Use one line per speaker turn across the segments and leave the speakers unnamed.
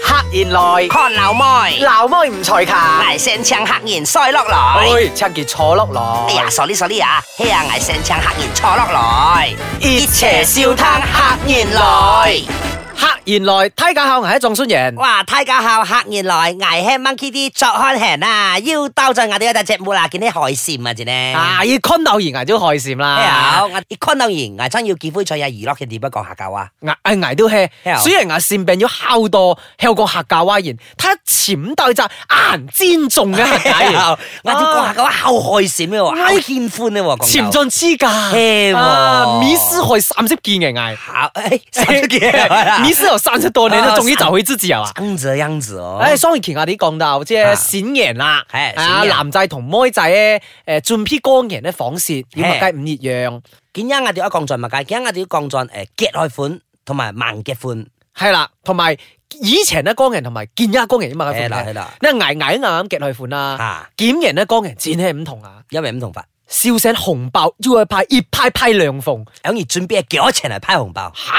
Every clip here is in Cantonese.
黑燕來，
看老妹，
鬧妹唔才ขา。
挨聲唱黑言衰落來。
哎，唱件錯落
哎
來
呀，。傻啲傻啲啊！嘿呀，挨聲唱黑言錯落來。
熱邪笑嘆黑燕來，黑燕來，梯架後係一種酸言。
哇！睇家校黑燕來，挨輕 monkey 啲作看行啊！腰兜就挨到有隻隻冇啦，見啲海蟬啊，真係。
啊，要坤斗而挨咗害蟬啦。
有，你看到然挨真要結婚再有娛樂嘅點樣講下教啊？
牙哎牙都 hea，
係啊
雖然牙善病要敲多，敲個客家話言，睇潛對就硬尖中嘅客 家言，
我啲講下教啊，後害閃嘅喎，
哎
後獻歡嘅喎，
潛
講
進之
係
㗎，
喎
啊，米斯害三色見嘅牙，
好，哎，什麼 嘢？
米斯又三色多，你都
啊
終於就去之自由啊！
生這樣子哦，
誒，雙月前我哋講到即係
啊
閃人啦，
係
啊
閃人
男仔同妹仔咧，誒進 P 光人咧仿舌，要物雞五熱樣，
見一我哋要降進物價，見一我哋要降進誒結開款同埋慢結款，
係啦，同埋以前咧光人同埋見家光人要物雞
係啦
款
係
咧，
啦，
你係捱捱啱啱結去款啦，
啊，
檢人咧光人剪係唔同啊，
因為唔同法，
笑聲紅爆，要去派熱派派涼風，
響而轉邊係幾多錢嚟派紅包？
好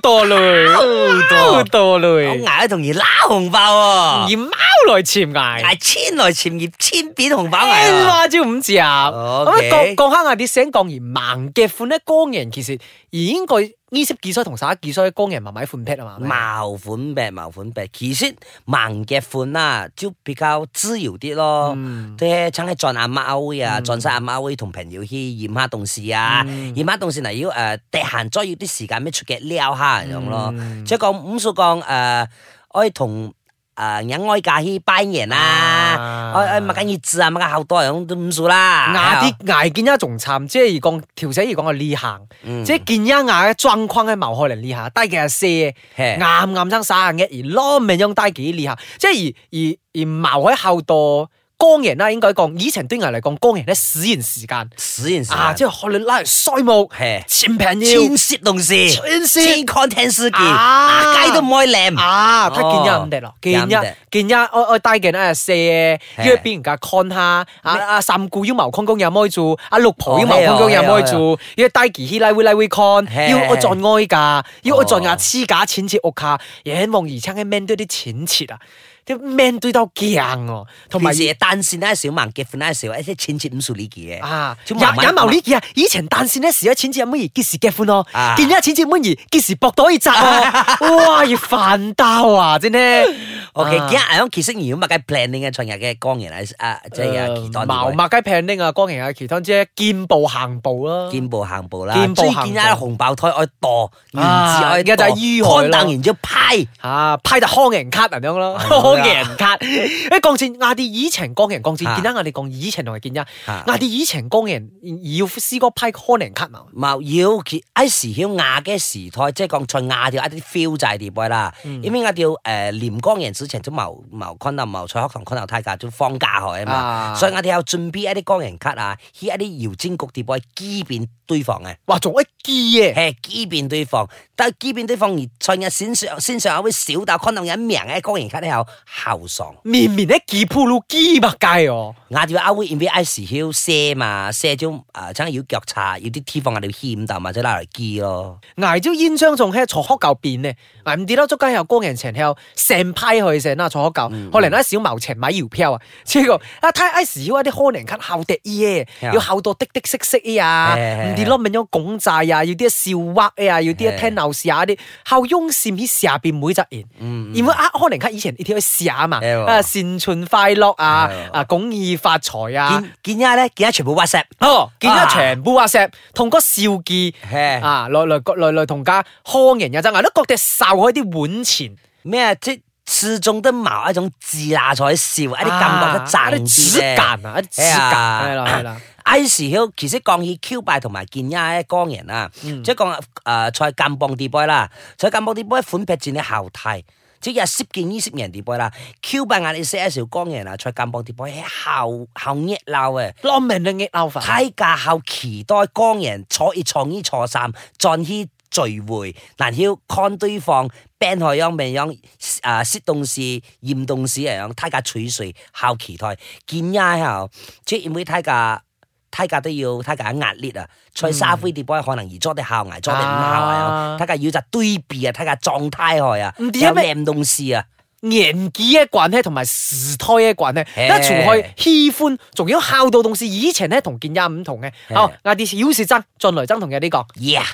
多類，好多類，
我挨同而拉紅包
而
喎，
貓來潛捱。
挨千來潛業千變紅包挨
聽
啊！
話照五字啊！
OK
咁講講下我啲聲講而盲嘅款咧，江人其實而應該呢十幾歲同十一幾歲江人慢慢款 pat 啊嘛。
茅款病，茅款病，其實盲嘅款啦，就比較自由啲咯。
嗯
即係請你撞阿媽會啊，撞晒阿媽會同朋友去驗下同事啊，驗下同事嗱要誒得閒再要啲時間咩出嘅撩下咁樣咯。即係講五數講誒，我係同誒人愛嫁去拜年啊，啊我我物緊熱字啊，物緊好多樣都五數啦。
牙啲牙見一仲慘，即係而講條仔而講個裂行，
啲
即係見一牙嘅狀況嘅矛害嚟裂下，低嘅係射，
係
啱啱生耍下嘅而攞命用低幾裂下，即係而而而矛喺後度江人啦，應該講以前對牙嚟講江人咧使然時間
死人事
啊，即係可能拉嚟衰木，
係
前平要。
千舌動事，
千舌
千 content 事件，
啊
啊街都唔可以舐。
啊，他見一
哦
唔得咯，見
見一唔
一
得
見一，我我帶件啊射，因為俾人家看下，啊啊三姑要毛空公有妹做，啊六婆要毛空公有妹做，要帶件去拉會拉會看，
嘿
要我在哀噶，要我在牙黐架淺切屋下，嘢望而生嘅 man 堆啲淺切啊，啲 man 堆都驚喎，同埋
平時係單線啦，少盲結婚啦，少一啲淺切五數呢嘅嘢。
啊，
就
有
慢慢
有謀呢件啊，以前單線咧時有淺切妹兒幾時結婚咯
啊，
見一淺切妹兒幾時博袋砸喎，哇要煩到啊真係。
OK，
啊
今日響其實如果物嘅 planning 嘅創日嘅光然係啊，即係啊，期待呢
茅
位
麥雞平拎啊，光榮啊，其他姐見步行步啦。
見步行步啦，
見步
最
行步
見一紅爆胎愛墮，原
啊
字愛
而家就係於海咯
刊登完之後派。
啊，批就康人卡咁樣咯，
係啊
康人卡。誒，講前我哋以前光人講前，
啊
見啦我哋講以前同埋見啦，
啊
我哋以前光人要試過批康人卡嘛。
冇要哎佢喺時曉亞嘅時代，即係講在亞條一啲 feel 就係點嘅啦。因為亞條誒呃廉江人之前都冇冇昆啊冇在學堂昆啊太假，都放假去
啊
啊嘛，所以亞條有準備一啲江人卡啊，依一啲搖尖局碟位機變對方啊嘅，
哇，仲一記嘅，
係機變對方，但係機變對方而在日線上線上有位小打昆啊有一名嘅江人卡咧有後上。
面面咧幾鋪路幾百雞哦。
我哋阿會 in V I 時曉射嘛，射咗啊，真係要腳叉，要啲 T 放我哋欠但或者拉嚟機咯。
挨朝煙槍仲喺坐學舊邊呢，挨唔跌啦，捉雞有工人前後成批去成啦，坐學舊，可能咧小茅前買搖票啊，即係個啊睇埃時要一啲可能咳效滴嘢，
係啊
要效到滴滴色色啲啊，
係
唔跌咯，咪咗拱債啊，要啲笑話啊，要啲聽鬧事啊啲，後用線喺下邊每集言，
嗯
而會呃可能咳以前呢條去試下嘛
係，喎
啊善存快樂啊
係，喎
啊拱義發財啊。
見見一咧，見一全部 WhatsApp。
哦，見
啊
咗全部阿石同個少記
嘿
啊，來來來來同家康人有爭，我都覺得受開啲碗錢，
咩即刺中得矛一種自拿在笑，一啲感覺得
啊
賺
一啲指
啲咧。
間啊，一啲指間
係啊
係啦係 啦，
I 時曉其實講起 Q 拜同埋建一咧江人啊，即係講誒在金邦地 boy 啦，在金邦地 boy 款劈戰你後替，即係識見呢識人地 boy 啦，Q 拜眼你識一條江人啊，在金邦地 boy 喺後後熱鬧嘅。
攞命都益嬲法，
睇架後期待江人坐熱坐衣坐衫，盡去聚會，難曉看對方病害樣病樣，啊識動事驗動事樣，睇架取水後期待見呀後，即係因為睇架。睇架都要睇架壓力啊！在沙灰地波可能而捉啲校捱，捉啲唔校
啊
捱，睇架要就對比啊，睇架狀態害啊，
唔
有
知係咪
靚動事啊！
年紀嘅關係同埋時代嘅關係，
嘿
一除去喜歡，仲要孝道同事。以前咧同見也唔同嘅。
嘿
好，我哋要是真，進來真同有啲講，
Yeah，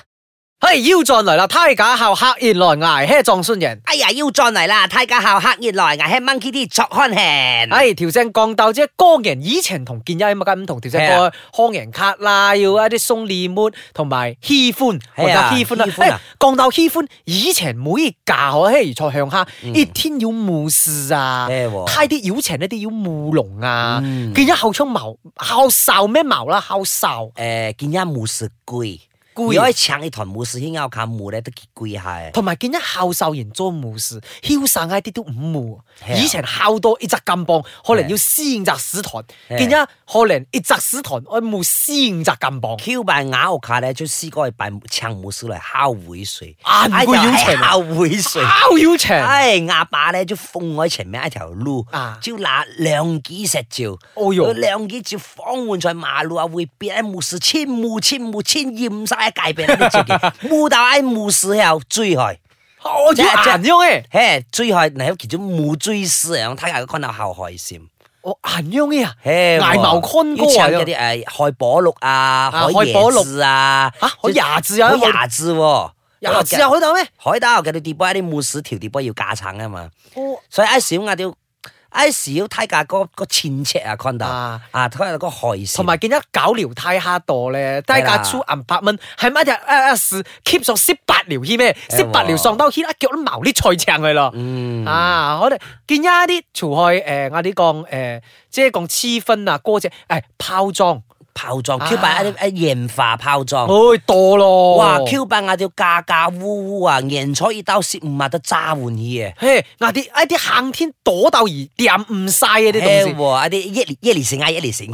嘿，要進來啦，太假孝客言來挨，嘿，撞孫人。
哎呀，要再嚟啦！太假校黑熱來，牙吃 monkey 啲作看行。
唉，條哎正降鬥啫，江人以前同建一咁梗唔同，條正
係
個康人卡啦，要一啲松利末同埋喜歡，
係啊
我得喜歡啦哎
喜。歡啊
唉降鬥喜歡，以前每嫁我嘿坐向下，一天要務事啊
係嗯喎，
太啲妖情一啲要務農啊
嗯，
見一後窗矛孝哨咩矛啦，孝哨
誒，見一冇食攰，
攰
如果撐一台冇事，牽拗靠冇咧都結攰下。
同埋見一孝受完做護士，孝散一啲都唔
係
護。
啊
以前孝多一隻金棒，可能要四五隻屎糖；
係
見一可能一隻屎糖，我冇四五隻金棒。
Q 扮雅我卡咧，就試過去扮撐冇事嚟敲會水，
啊唔會邀請啊
敲會水。
拗腰長，
唉，阿爸咧就放喺前面一條路
啊，
就拿兩支石照，
哦呦
兩支照放換在馬路啊，會變喺無事，千無千無千驗晒一界病呢 自己，冇到喺無事後追害，
我
即係
要人樣嘅，
嘿，追害你喺其中冇追事啊，睇下佢看到後害先。
我人樣嘅啊，
嘿，
捱茅坤哥
要
啊
唱，嗰啲誒海波綠啊，海
海波
椰
綠
子啊，
嚇海椰子啊
海
海
椰子喎，
廿字啊，好到咩？
海打我嘅啲碟波，一啲冇事條碟波要架撐啊嘛。所以一時我哋要，一時要睇價嗰個前尺啊 c o n d
啊
啊，睇下個害事。
同埋見一搞聊太蝦墮咧，低
係啦
價出銀百蚊，係咪就誒誒 keep 咗十八條牽咩？
喎
十八條上兜牽，一腳都矛啲菜撐佢咯。
嗯
啊！我哋見一啲除開誒，我哋講誒，即係講黐婚啊，歌者誒炮仗，
炮仗
啊
Q 版一啲一煙化炮仗。
哎多咯。
哇！Q 版我哋架架烏烏啊，人彩一刀蝕唔係得揸換氣啊！
嘿，我哋一啲行天躲斗而掂唔晒嘅啲東
嘿
西。
喎，一啲一年一年成啊，一年成。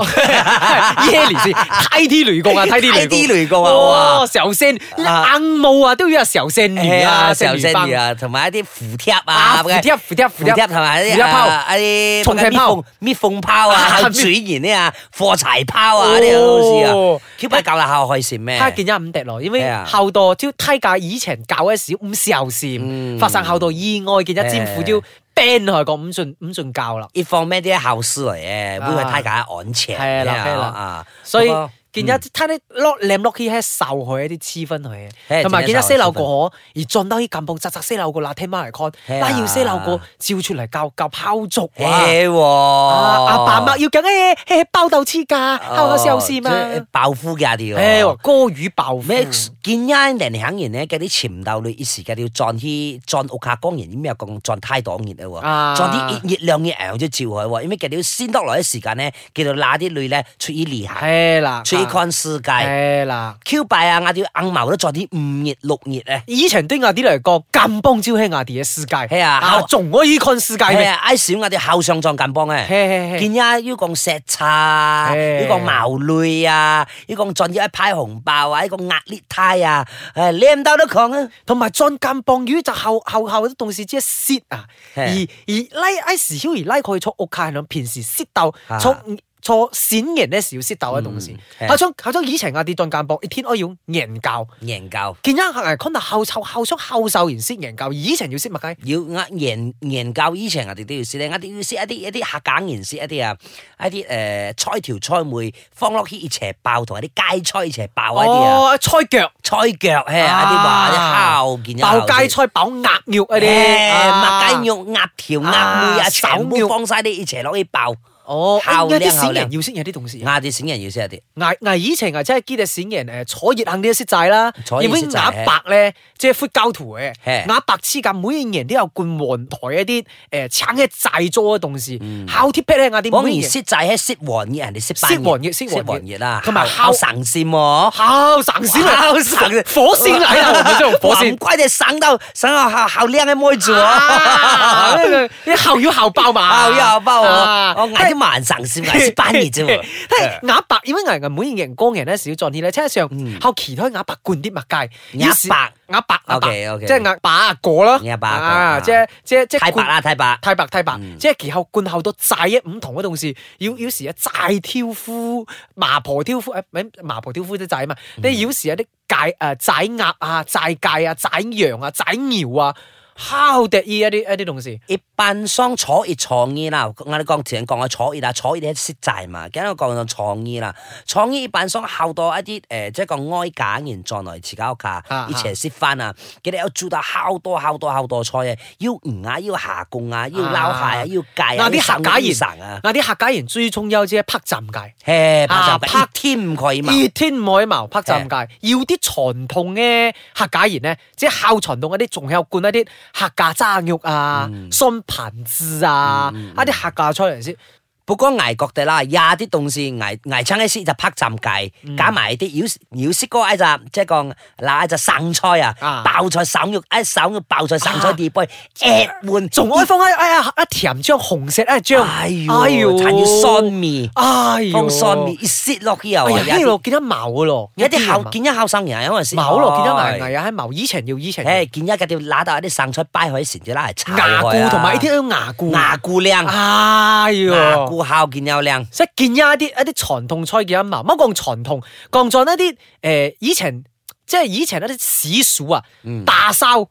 耶尼斯，梯啲雷 公啊，梯啲雷公，
梯啲雷公啊哇
哇！壽星
啊
硬帽啊，都要有壽星
係
魚啊，
壽星
魚
魚啊，同埋一啲符貼啊，
啊，蝴蝶蝴蝶
符
蝴
貼
蝶
同埋一
蝴
啲
蝶炮，
啊一啲
重慶炮
咩滅鳳炮啊、
啊
口水鹽呢啊、火柴炮啊呢啲東西啊
哦
，Q 版教啦下開線咩？
他見一五滴咯，因為
係啊
後度招梯架以前搞嘅時五時候事，發生後度意外見一尖虎招 ban 佢個五進五進教啦，
一方面啲後事嚟嘅，
啊
會係睇下案情
係啦係啦
啊，
所以
咁啊
見一他啲落舐落去係受佢一啲黐分佢
係
嘅，同埋見
真
一
係
些
受
漏
佢
過可而撞到啲咁暴扎扎些漏過嗱聽媽嚟 con，
係
拉
啊
要些漏過照出嚟教教拋族啊！
嘿喎，
啊
阿
阿爸媽要緊誒，嘿包鬥黐㗎，考考試試嘛。
爆夫嘅啲
誒，
喎。
歌語爆
咩
咩？
見一人響然咧，嗰啲潛鬥裏一時嘅要撞去撞屋下光然，點又講撞太擋熱啊
啊
喎，撞啲熱熱量嘅牛都照佢喎，因為佢哋要先得來嘅時間咧，叫做嗱啲女咧出於裂痕，
係啦，
出於看世界
係啦。
，Q 幣啊，我哋硬毛都撞啲五熱六熱咧。
以前對我啲嚟講，咁幫招喺我哋嘅世界，
係啊
啊
好
仲可以看世界
係
咩？
啊，挨少我哋後上撞近幫嘅。
嘿嘿嘿
見呀，要講石叉，
嘿
要講茅類啊，要講進要一派紅包啊，要講壓裂胎啊，誒你唔到都講啊，
同埋再咁棒魚就後後後啲同事即係 sit 啊，
係
而而拉拉時曉而拉佢坐屋卡響，平時 sit 鬥
啊嗯
坐坐閃人咧時要 sit 鬥嘅同事。
係
後張後張以前我哋再咁棒，一天我要研究，
研究
見一係 con 到後臭後想後受完 sit 研究，以前要 sit 乜雞？
要呃研研究以前我哋都要試咧，我哋要試一啲一啲客家言試一啲啊，一啲誒菜條菜梅放落去一齊爆，同埋啲街菜一齊爆一啲啊，
哦，菜腳。
菜腳嘿，一啲話啲烤見
爆街菜、爆鴨肉嗰啲，啊
誒麥雞肉、鴨條、鴨妹啊，
啊
全部
手肉
放晒啲一齊落去爆。
哦，
烤
有啲
靚烤
閃人
靚
要 sit 有啲同事。
嗌啲閃人要識一啲，
牙牙以前啊，真係見到閃人誒，坐熱行啲色仔啦，
坐熱
因為
色仔
牙白咧，即係闊膠圖嘅，
係
牙白黐架，每一年都有冠黃台一啲誒橙嘅債租嘅同事，烤貼 p 咧牙啲
講
每
完
年
識仔係識黃熱，人哋識班
識黃熱識黃熱
識啦，
同埋烤
烤神仙喎，
烤省先啦，
烤省
火線嚟啦，我哋這種火
哇唔
線。
怪你省到省到烤烤靚嘅妹住
啊
喎，！
你後要後爆嘛？
烤又好包
啊
喎，我嗌啲慢神仙， 嗌識班熱啫喎，
係牙白，因為牙人每年人工人咧少撞啲咧，即係上後期都係牙白灌啲物界，
牙白
牙白牙白
OK，OK
即係牙白啊果啦，
牙白啊果啊
啊，即係即係即係
太白
灌
啦太白，
太白太白
嗯，
即係其後灌後到債一唔同嘅同事，要要時啊債挑夫、麻婆挑夫，誒唔係麻婆挑夫啲債啊嘛，
嗯
你要時有啲債誒債鴨啊、債芥啊、債羊啊、債牛啊，好得意一啲一啲同事，
一般上坐熱創意啦，我哋講前講嘅坐熱啦，坐熱你識債嘛，跟住講到創意啦，創意一般上好多一啲誒、呃即係講哀家現狀來自交架
啊，
以前識翻啊，佢哋有做到好多好多好多菜嘅，要魚啊，要下貢啊，要撈蟹
啊
啊，要芥啊，
嗱啲客家
要
人
神啊，
嗱啲客家人最中有隻拍站界，
嘿，
啊
拍
拍
拍天唔佢嘛，
二天唔可以矛拍站界，要啲傳統嘅客家人咧，即係孝傳統嗰啲，仲有灌一啲客家炸肉啊、酸盤子啊，一啲客家菜嚟先。
不過捱覺得啦，廿啲同事捱捱親一啲就拍浸計，加埋啲要要識嗰一隻，即係講嗱一隻生菜
啊
啊，爆菜省肉，一省肉爆菜省
啊
菜碟杯，一換
仲開放一哎呀一甜醬紅色一張，
哎呦，哎呦，要酸味，
哎呦，
放酸味，一蝕落去又
哎
啊，
呀，呢度見得毛噶咯，
有啲後
嘛
見一後生人，因為先
毛咯，見得埋牙又喺毛，以前要以前要
誒見一嗰條揦到一啲生菜掰開成隻啦，係炒
牙
開啊
固同埋呢啲都牙固，
牙固靚，
哎
牙
呦。
固孝見又靚。
即係見一啲一啲傳統菜嘅一嘛，乜講傳統，講咗一啲誒、呃以前即係以前一啲史數啊，大燒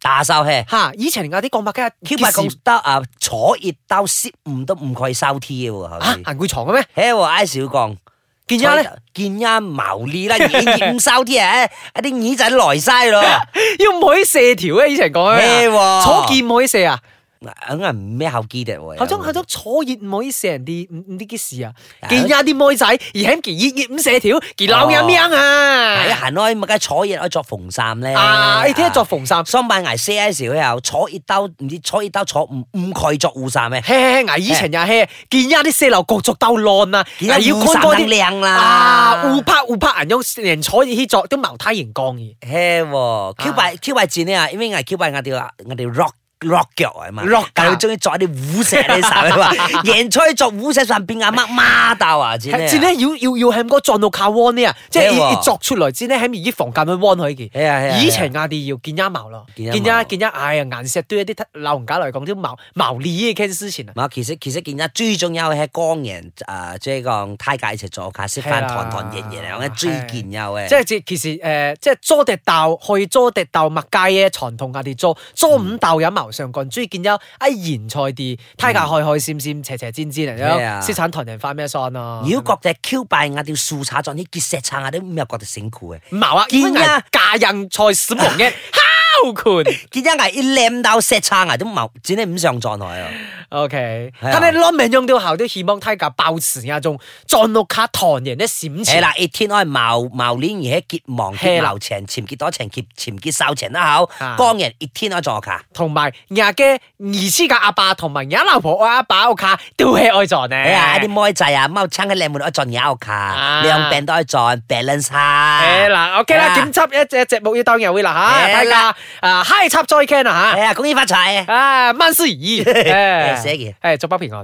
打手氣。
嚇，以前有啲講白嘅，
佢咪講得啊，坐熱兜攝唔都唔佢收 T 嘅喎，
嚇
係咪？
行會床嘅咩？
嘿喎，挨少講，
見一咧，
見一茅呢啦，熱唔收 T 啊，一啲耳仔來晒咯，
要唔可以射條嘅，以前講
咩
嘅，
喎？
坐劍唔可以射啊，
硬係唔咩後機嘅喎，
後中後中坐熱唔可以射人哋唔唔知幾時啊，見一啲妹仔而喺件熱熱唔射條，而扭飲樣
係啊
啊，
行開咪梗係坐熱可以着縫衫咧。
啊，你聽日作縫衫。
雙板挨 C S 佢又坐熱兜，唔知坐熱兜坐唔唔佢作護衫咩？
嘿嘿，牙以前又嘿，見一啲四樓角逐鬥爛啊，
見一
要
護衫得靚啦
啊，互拍互拍人用人坐熱氣作都茅台型降嘅，
嘿喎，Q 幣 Q 幣戰呢啊，因為係 Q 幣我哋我哋 rock rock 腳啊嘛
rock
但係佢
腳
中意作一啲虎石呢手 啊嘛，贏出作虎石上邊阿乜媽斗啊，戰呢？
係呢要要要喺個撞到卡 one 呢啊，即係要
係喎
要作出來先呢喺熱房間去 one 佢嘅。
係啊係啊，
以前亞啲要見一茅咯，見
見一
一
茅
見一，哎呀顏石對一啲老人家嚟講都茅茅利嘅 case 之前啊，
嘛，其實其實見一最重要係江人啊，即係講太介石左卡識翻
係啦
堂堂型型嚟講，追見有嘅，
即係即其實誒，即係租地竇去租地竇物街嘅傳統亞啲租租五竇有茅上幹，追見有一賢菜地，睇下開開閃閃斜斜尖尖嚟
係
咯，
啊
先產唐人翻咩桑咯，
如果覺得 Q 幣我哋樹茶撞啲結石撐我哋，咁又覺得辛苦嘅。
唔係啊，
見
因為
呀
嫁人才死亡嘅敲拳。
見一係一舐到石撐啊，都冇，只係唔上撞台啊。
OK，
係啊
但係攞命用到後都希望睇下爆池亞種撞六卡唐人嘅閃
係
錢。
啦，一天我係茅茅年而喺結亡
嘿
結
啦
流情，潛結多情，潛潛結秀情啦口
啊。
江人一天我坐卡，
同埋亞嘅兒子嘅阿爸同埋亞老婆我阿爸屋卡都係愛撞
哎呀啲
咧。
妹仔啊，踎親喺靚妹度一撞有
啊
卡，兩病都一撞 balance 下。
係啦，OK 啦，
係啊
檢執一隻節目要當日會啦吓，大
係啦
家啊嗨插再 can 啊
哎呀，恭喜發財！
吓，啊萬事如意，誒
寫嘅
誒，祝北平安。